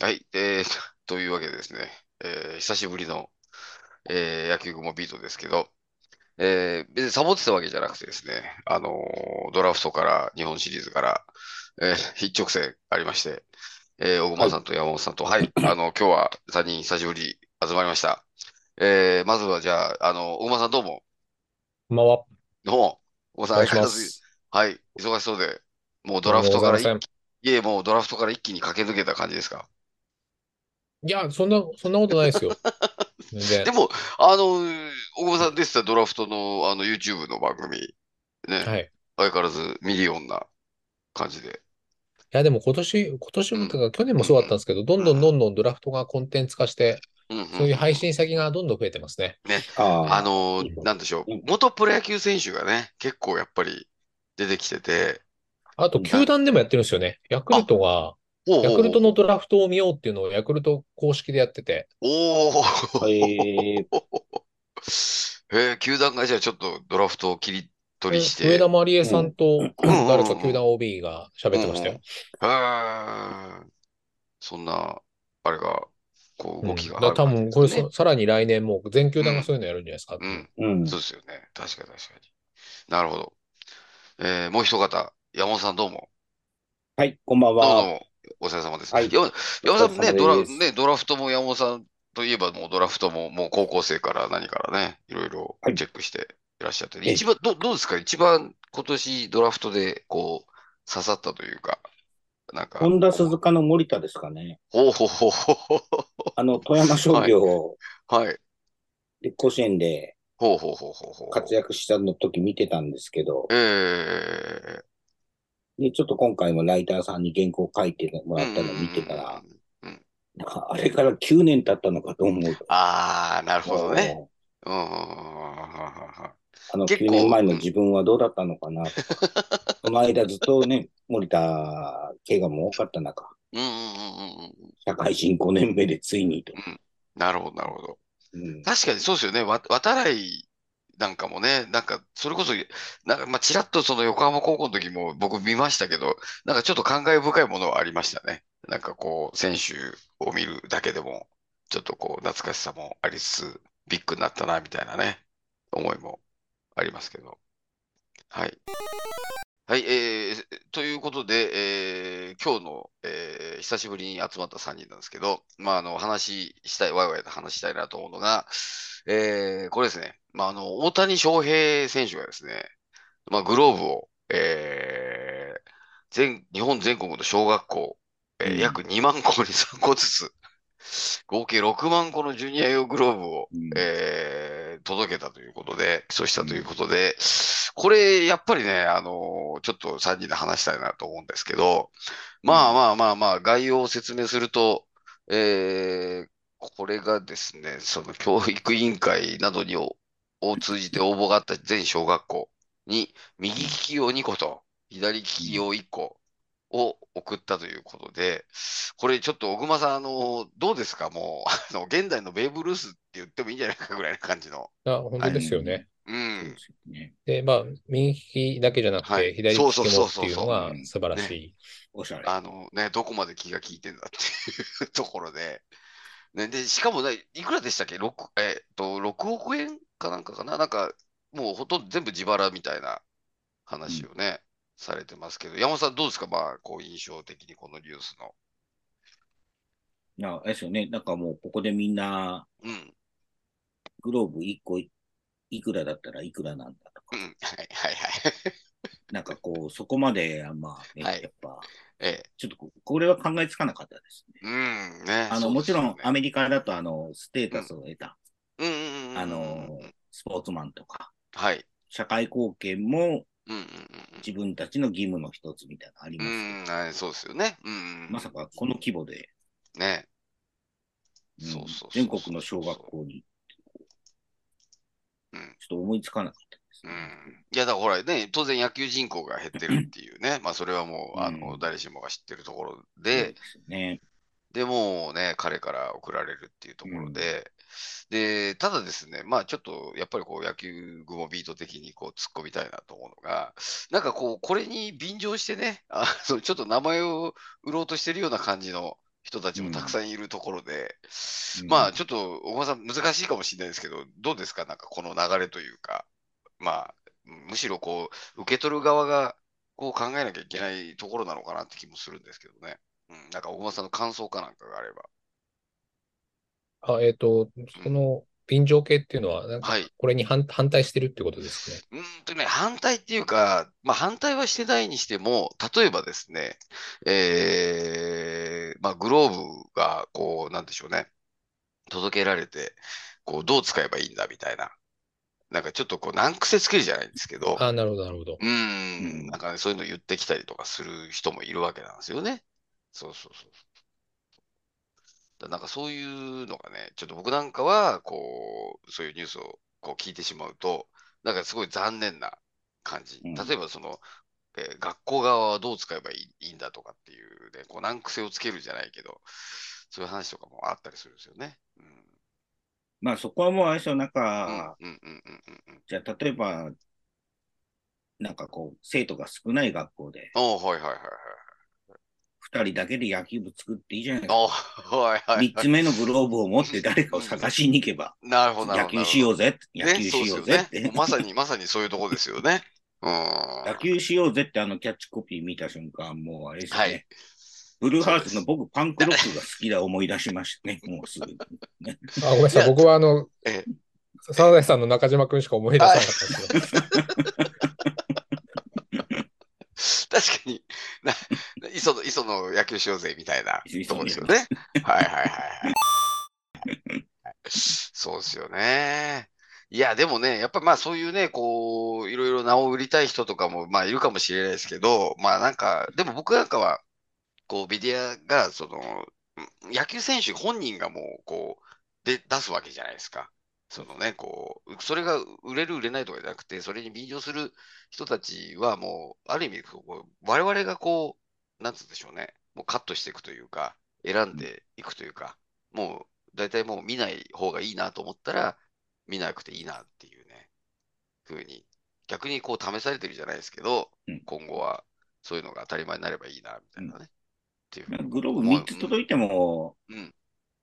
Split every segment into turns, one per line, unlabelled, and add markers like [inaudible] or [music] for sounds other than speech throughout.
はい、えー、 [laughs] というわけでですね、えー久しぶりの、えー野球雲ビートですけど、えー別にサボってたわけじゃなくてですね、あのードラフトから日本シリーズから、えー一直線ありまして、えー、小
は
熊
い。
さんと山本さんと、はい、あの、今日は3人久しぶり集まりました。えーまずはじゃあ、あの、小熊さんどうも、
こんばんは。
どうも、小熊さ
お
ん
願
相
いし
変わ
ま
らず、
す。
はい、忙しそうで、もうド
と
ラ
んで
フ
も
ト
ござ
か
い
ら
ま
い、
せん。
いえ、もうドラフトから一気に駆け抜けた感じですか
いや、そんな、そんなことない
[laughs]
ですよ。全
で
然。
も、あの、大久保さん出てたドラフトの、あの、YouTube の番組、ね、
はい。い
相変わらずミリオンな感じで。
や、でも今年、今年
う
も、
ん、
てか去年
うん、
もそうだったんですけど、ど
うんん、う
どんど
ん、
んどんドラフトがコンテンツ化して、
うん、うん、うん。
そういう
う
配
ん
信先がどんどん増えてますね。
ね、あ
ああ、
の、
いいね。
なんでしょ
う
う、
ん、
元プロ野球選手がね、結構やっぱり出てきてて、
あと、
うん
な
球
ん、
団でもやってるんですよね。ヤクル
あ、
トが、
お
ヤクル
う
ト
おう
のドラフトを見ようっていうのをヤクルト公式でやってて、
おう、
ええ、
おお、えー、球団がじゃあちょっとドラフトを切り取り
うん
し
上田
て、
まりえ
う
さん
ん、
と
うん、う
誰か球
ん、
団 OB が
う
喋って
ん、
ま
う
した
ん、うん、
よ。
へーそんな、あれが、こう、
う
動き
ん。
があ
だ、
る
多
感じで
分、
すか
これ
ね。
そ、さらに来年もう全球
う
団が
ん、
そういうのやるんじゃないですかっ
う
ていう。
ん。
うん。
そうですよね。確かに確かに。なるほど。えーもう一方、山本さんどうも。
はい、こんばん
どうもどう
は。
も、お疲れ様です。
はい、
山本、
お
山本さ
疲れ
んね、
様
ドラ、
で
ね、
す。
ドラフトも山本さんといえばもうドラフトももう高校生から何からね、いろいろ
はい、
チェックしていらっしゃって、
え
一
え、
番、ど、どうですか一番今年ドラフトでこう、刺さったというか、なんか、
本田
こ
鈴
う、
鹿の森田ですかね。
ほうほうほうほうほうほ
あの、富山
う。
商
はい、
業
はい。
で甲子園で
ほうほうほうほうほう
活
ほ
躍したの時見てたんですけど、
う。えー、
で、ちょっと今回もライターさんに原稿書いても
う
ら
ん
っ
うん
たの見てたら、
うんうんうん。
なんかあれから9年経ったのかと思うと、
ああー、なるほどね。
もう、
うんうんうんうんうん
あの
結
9年
構、
前の
うん。
自分はどうだったのかなと [laughs] か、その間ずっとね、森田、怪我も多かった中、
うんうんうんうんうん
社会人5年目でついにと。
うん。なるほど、なるほど。
うん。
確かにそうですよね。わ、渡来なんかもね、なんか、それこそ、なんか、まあ、ちらっとその横浜高校の時も僕見ましたけど、なんかちょっと感慨深いものはありましたね。なんかこう、選手を見るだけでも、ちょっとこう、懐かしさもありつつ、ビッグになったな、みたいなね、思いもありますけど。はい。はい、えー、ということで、えー、今日の、えー、久しぶりに集まった3人なんですけど、まあ、あの、話したい、ワイワイと話したいなと思うのが、えー、これですね、まあ、あの、大谷翔平選手がですね、まあ、グローブを、えー、全、日本全国の小学校、え
う
ー、
ん。
約2万個に3個ずつ、合計6万個のジュニア用グローブを、
うん。
えー、届けたということで、寄付し
う。
たというんことで、これ、やっぱりね、あのちょっと3人で話したいなと思うんですけど、
う
まあ
ん。
まあまあまあ、概要を説明すると、えー、これがですね、その教育委員会などにを、を通じて応募があった全小学校に、右利き用2個と、左利
う
き
ん
用1個を送ったということで、これちょっと小熊さん、あのどうですかもう、あの、現代のベーブ・ルースって言ってもいいんじゃないかぐらいな感じの。
あ、本
は
当
う
で
い。
すよ
ん
ね。
う
そうで
ん。
すよね。
で、まあ、右利きだけじゃなく
はい。
て、左利
そう
き
そう
も
そう
っ
そ
て
う
いうの
そ
うん
が素晴
う。
らし
ね。
い。
おしゃれ。
あのね、どこまで気が利いてんだっていうところで。ね、で、しかもね、いくらでしたっけ ?6、えっと、6億円かなんかかななんか、もうほとんど全部自腹みたいな
う
話
ん。
をね、されてますけど、山本さんどうですかまあ、こう、印象的にこのニュースの。
いや、あれですよね。なんかもう、ここでみんな、
うん。
グローブ1個い、いくらだったらいくらなんだと
う
か。
ん。 [laughs] はいはいはい。 [laughs]
なんかこう、そこまで、あんまね、
は
や
い。
っぱ、
ええ。
ちょっとこ、これは考えつかなかったですね。
うん。ね、
あの、
そうで
もち
す
ろ
よ
ん、ア
ね。
メリカだと、あの、ステー
う
タ
ん。
スを得た、
うんうん
あ
うんうんう
の、
ん。
スポーツマンとか、
はい。
社会貢献も
うんうんうん
自分たちの義務の一つみたいなのあり
う
ますけ
ん。
ど、
うん。はい、そうですよね。うんうん
ま
う
さ
ん。
かこの規模で、
ね。
う、
そうんそう
全
そう
国
そう
の
そう
小学
そ
校に、
う。うん。
ちょっと思いつかなかったで
う
す
ん。
ね。
いや、だからほらね、当然野球人口が減ってるっていうね、まあそれはもう、
う
あの、
ん、
誰しもが知ってるところ
そう
で、
ですよね。
でもうね、彼から送られるっていうと
う
ころ
ん、
で、で、ただですね、まあちょっとやっぱりこう野球部もビート的にこう突っ込みたいなと思うのが、なんかこう、これに便乗してね、あの、ちょっと名前を売ろうとしてるような感じの人たちもたくさんいるところで、
うん
まあちょっと小川さん難しいかもしれないですけど、どうですかなんかこの流れというか、まあむしろこう受け取る側がこう考えなきゃいけないところなのかなって気もするんですけどね。うん、なんか小川さんの感想かなんかがあれば。
あ、えっと、その便乗系っていうのは、なんか
はい。
これに反、反対してるってことですね。
うーんとね、反対っていうか、まあ、反対はしてないにしても、例えばですね、えーまあ、グローブが、こう、なんでしょうね、届けられて、こう、どう使えばいいんだみたいな、なんかちょっとこう、難癖つけるじゃないんですけど、
あ、なるほど、なるほど
う。ー
う
ん、
ん
なんかね、そういうの言ってきたりとかする人もいるわけなんですよね。そうそうそう。だなんかそういうのがね、ちょっと僕なんかは、こう、そういうニュースをこう聞いてしまうと、なんかすごい残念な感じ。
うん
例えばその、えー学校側はどう使えばいいいいんだとかっていうね、こう難癖をつけるじゃないけど、そういう話とかもあったりするんですよね。うん。
まあそこはもうあれですよ、なん
うん
か、
うんうんうんうんうん。
じゃあ例えば、なんかこう、生徒が少ない学校で、
おーはいはいはいはい。
二人だけで野球部作っていいじゃないですか。
おーはいはいはい
三。つ目のグローブを持って誰かを探しに行けば、
なるほどなる
野
ほどなるほど。
球しようぜ、野
ね、
球
そうで
し
す
よ
よ
うぜ
ね
って。。
まさに、まさにそういうとこですよね。うん。
野球しようぜってあのキャッチコピー見た瞬間、もうあれですね。
はい
ブルーハーツの僕、パンクロックが好きだ思い出しましたね、もうすぐ。
あ、ごめんなさい。僕はあの
ええ、
サザエさんの中島くんしか思い出さなかったんですけど。
[laughs] 確かに、な、磯野、磯野野球しようぜ、みたいなと
磯野
こですよね。はいはいはいはい。 [laughs] そうですよね。いや、でもね、やっぱりまあそういうね、こう、いろいろ名を売りたい人とかも、まあいるかもしれないですけど、まあなんか、でも僕なんかは、こう、メディアが、その、ん野球選手本人がもう、こう、で、出すわけじゃないですか。そのね、こう、それが売れる売れないとかじゃなくて、それに便乗する人たちはもう、ある意味、こう我々がこう、なんつうんでしょうね、もうカットしていくというか、選んでいくというか、もう、大体もう見ない方がいいなと思ったら、見なくていいなっていうね、ふうに、逆にこう試されてるじゃないですけど
うん、
今後はそういうのが当たり前になればいいな、みたいなね。っていうふうに
グローブ3つ届いても、
うん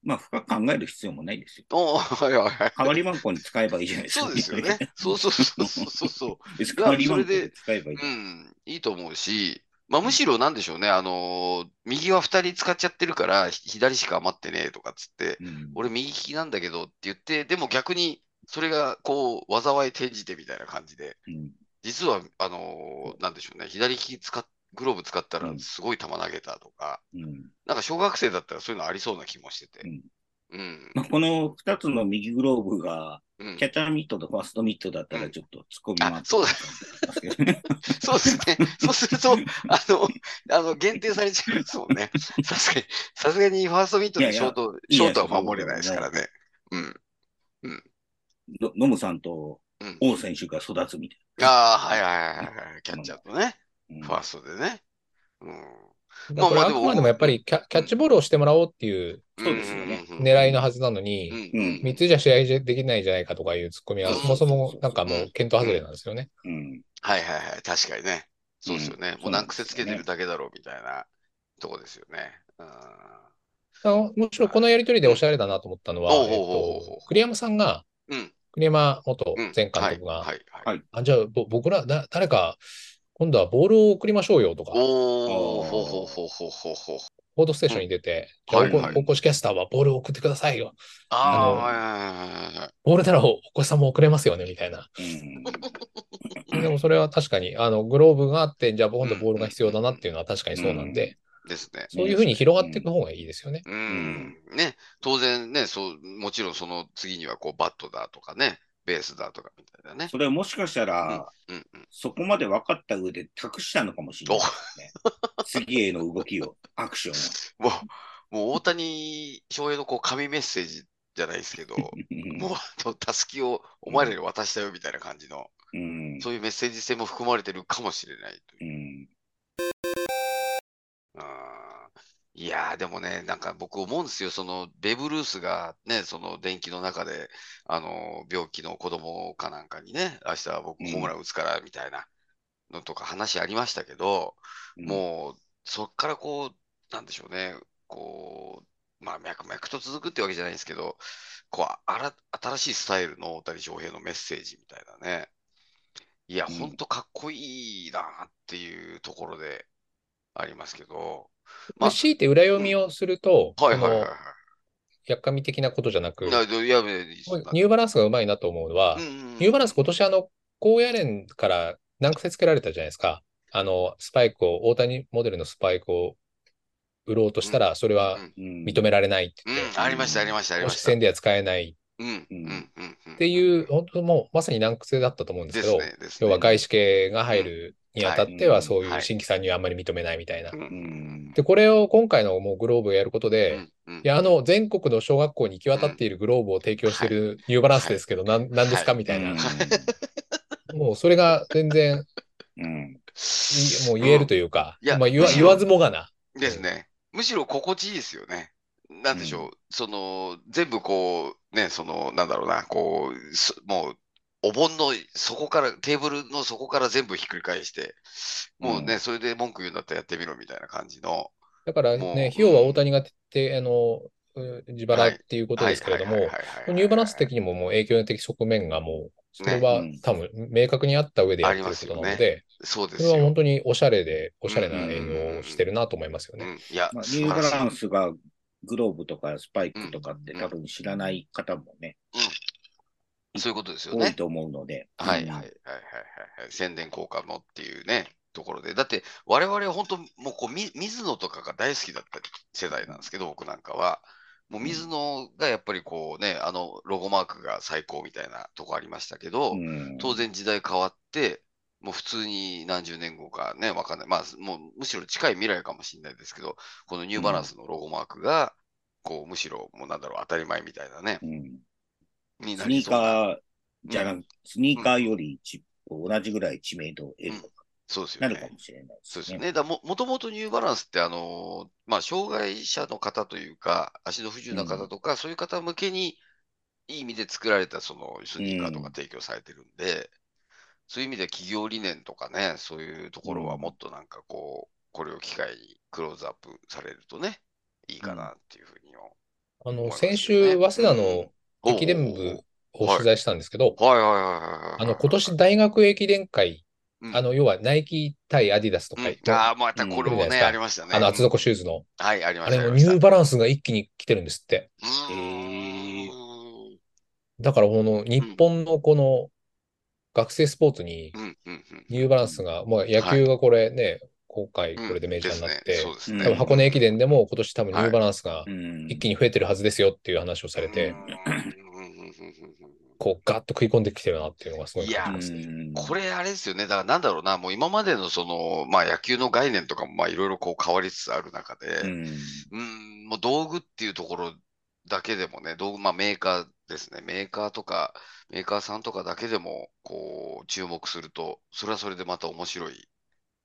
まあ、深く考える必要もないですよ。
おお、はいはいはい。
代わりマンコに使えばいいじゃないですか。
そうですよね。そうそうそうそうそうそう。
別に [laughs] 代わりマンコに使えばいい。
うん、いいと思うし、まあ、むしろなんでしょうね、あのー右は2人使っちゃってるから、ひ左しか余ってねえとかっつって、
うん
俺右利きなんだけどって言って、でも逆にそれがこう、災い転じてみたいな感じで、
うん
実は、あのーなんでしょうね、左利き使っ、グローブ使ったら
うん
すごい球投げたとか、
うん
なんか小学生だったらそういうのありそうな気もしてて。
うん
うん、
まあ、この2つの右グローブが、
うん
キャッチャーミットとファーストミットだったら、ちょっと突っ込みます。
あそうだ
ますけどね。
そうですね。そうすると、あの、あの、限定されちゃいますもんね。さすがに、さすがにファーストミット
いや
で
いや
ショート、
いい
シ
や
ョートは守れないですからね。うん。
[laughs] のノムさんと
うん。
王選手が育つみたい
ああ、はいはいはいはい。キャッチャーとね、
な。うん
ファーストでね。うん。[laughs] ま
だからこれ
あまあ
あくまでもやっぱりキャキャッチボールをしてもらおうっていう
そうですよね
うん
狙いのはずなの
う
に、
ん
うん
うん。
3つじゃ試合できないんじゃないかとかいうツッコミは、
うん
そもそもなんかもう検討外れなんですよね。
うん
はいはいはい。確かにね。そうですよね。
うん
もう難癖つけて
そうなんですよ
るだ
ね
けだろうみたいなとこですよね。うん。
あのむしろこのやりとりでおしゃれだなと思ったのは、
おうおう
えっ
おうおう
と、栗山さんが、
うん。
栗山元
うん。
前監
はい
督が
は、いはい。
はい
あ、じゃあぼ僕らだ、誰か、今度はボールを送りましょうよとか、
お
あ
ー、
ー
ほうほうほうほうほうほう。
報道ステーションに出て、
うん
じゃあ
はいはい
おこ大越キャスターはボールを送ってくださいよ。
ああ、
あの
はいはいはいはいはい。
ボールならお子さんも送れますよね、みたいな。
うん
でもそれは確かに、あの、グローブがあって、じゃあ今度ボールが必要だなっていうのは確かにそうなんで、
ですね。
そういうふうに広がっていく方がいいですよね。
うん、ね、当然ね、そう、もちろんその次にはこうバットだとかね、ベースだとかみたいなね。
それはもしかしたら、
うんうん。
そこまで分かった上で託したのかもしれないですね。 [laughs] 次への動きを、アクションを。
もう、もう大谷翔平のこう紙メッセージじゃないですけど、もうあの、たすきをお前らに渡したよみたいな感じの、
[laughs] うん
そういうメッセージ性も含まれてるかもしれないという。
うん
うんいやーでもね、なんか僕思うんですよ、そのベーブ・ルースがね、その電気の中で、あの病気の子供かなんかにね、明日は僕
うん
ホームラン打つからみたいなのとか話ありましたけど、もうそっからこう、なんでしょうね、こう、まあ、脈々と続くってわけじゃないんですけど、こう、あら、新しいスタイルの大谷翔平のメッセージみたいなね。いや、
うん
ほんとかっこいいなっていうところでありますけど、まあ
強いて裏読みをすると、
はい
そ
はいはい
の、やっかみ的なことじゃなく、
はい。いや、いや、いや
ニューバランスがうまいなと思うのは
う、んうん
ニューバランス今年あの、高野連から難癖つけられたじゃないですか。あの、スパイクを、大谷モデルのスパイクを売ろうとしたら、それは
うん
認められないって
う
言っ
ん、ありました、ありました、あ
て、
り
公
ま
式
した。う
戦
ん、
では使えない
うん、うん、うん。
っていう、本当もうまさに難癖だったと思うんで
で
すけ
す
ど、
ね、です
要
ね。
は外資系が入るにあたって
う
は、
ん
そうい
は
う
い
新規参入はあんまり認めないみたいな
う。ん、
うん
で、これを今回のもうグローブをやること
う
で、
ん、うん。
いや、あの、全国の小学校に行き渡っているグローブを提供しているニューバランスですけど、なん、なんですかみたいな。もうそれが全然、
うん
いもう言えるというか、
いや
まあ言わ
うん
言わずもがな。
ですね。むしろ心地いいですよね。なんでしょう、その、全部こう、ね、その、なんだろうな、こう、すもう、お盆の底から、テーブルの底から全部ひっくり返して、もうね、
うん
それで文句言うんだったらやってみろみたいな感じの。
だから
もう
ね、費用は大谷がて、あの、う自腹っていうこと
は
で
い
すけれど
はい
も
はい、はいはいはい
ニューバランス的にももう影響的側面がもう、それは
ね
多分明確にあった上でやってることなので、
そうで
そ
す
れは
よ。
本当におしゃれで、おしゃれな営
うん
業をしてるなと思いますよ
う
ね。
ん、いや、
まあ
素
ニュ
晴
ーバ
らしい。
ランスがグローブとかスパイクとかって多分知らない方もね、
そういうことですよ
多
ね
い。と思うので。
はい
うん
はいはいはいはいはい。宣伝効果のっていうね、ところで。だって、我々は本当、もうこう、み水野とかが大好きだった世代なんですけど、僕なんかは。もう水野がやっぱりこうね、あのロゴマークが最高みたいなとこありましたけど、
うん
当然時代変わって、もう普通に何十年後かね、わかんない。まあ、もうむしろ近い未来かもしれないですけど、このニューバランスのロゴマークが、こう、むしろ、もうなんだろう、当たり前みたいなね、
うん
にな
スニ
り
ー
そうな
カーじゃなく、スニーカーよりち同じぐらい知名度を得るとか
そうですよ
な
ね。
るかもしれない
そうですよね。だも、もともとニューバランスって、あの、まあ、障害者の方というか、足の不自由な方とか、そういう方向けに、いい意味で作られた、その、スニーカーとか提供されてるんで、そういう意味では企業理念とかね、そういうところはもっとなんかこう、これを機会にクローズアップされるとね、いいかなっていうふうには
あ
思い
の、
ますよね
先週、早稲田の
うん
駅伝部を取材したんですけど、
はいはいはいはいはい。
あの、今年大学駅伝会、
うん、
あの、要はナイキ対アディダスと
う
か、
ん、ああ、またこれも
うん
ね、ありましたね。
あの厚底シューズの、
はい、ありまし
あれ
た。
も
あり
ニ
ま
ュー
し
バランスが一気に来てるんですって。
た
えー
うーん
だからこの日本のこの学生スポーツに
うんうんうん。
ニューバランスが、まあ野球がこれね、今回これでメジャーになっ
うんです
て
ね、そうです
多
ね
分箱根駅伝でも今年多分ニューバランスが
うん
一気に増えてるはずですよっていう話をされて、こうガッと食い込んできてるなっていうのがすごい感じますね。
うん
これあれですよね。だからなんだろうな、もう今までのその、まあ野球の概念とかもまあいろいろこう変わりつつある中
う
で、
ん
うん、もう道具っていうところだけでもね、道具、まあメーカーですね。メーカーとか、メーカーさんとかだけでも、こう、注目すると、それはそれでまた面白い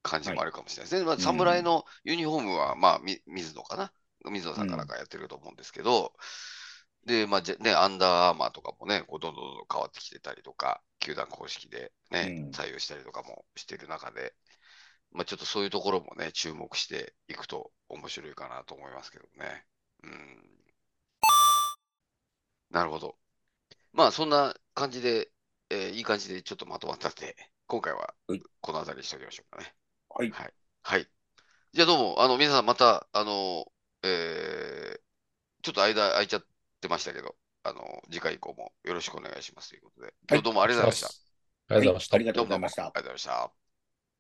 感じもあるかもしれないですね。まあ、侍のユニフォームは、まあ、み、水野かな。水野さんかなんかやってると思うんですけど、で、まあ、じゃね、アンダーアーマーとかもね、こうどんどんどんどん変わってきてたりとか、球団公式で
う
ね
ん、
採用したりとかもしてる中で、まあ、ちょっとそういうところもね、注目していくと面白いかなと思いますけどね。うん。なるほど。まあ、そんな感じで、えーいい感じでちょっとまとまったんで、今回は
はい
この辺りにしておきましょうかね。
はい
はい。はい。じゃあどうも、あの、皆さんまた、あの、えーちょっと間空いちゃってましたけど、あの、次回以降もよろしくお願いしますということで、今日どうもありがとうございました。
ありがとうございました
あり。がとうございました
どうもありがとうございました。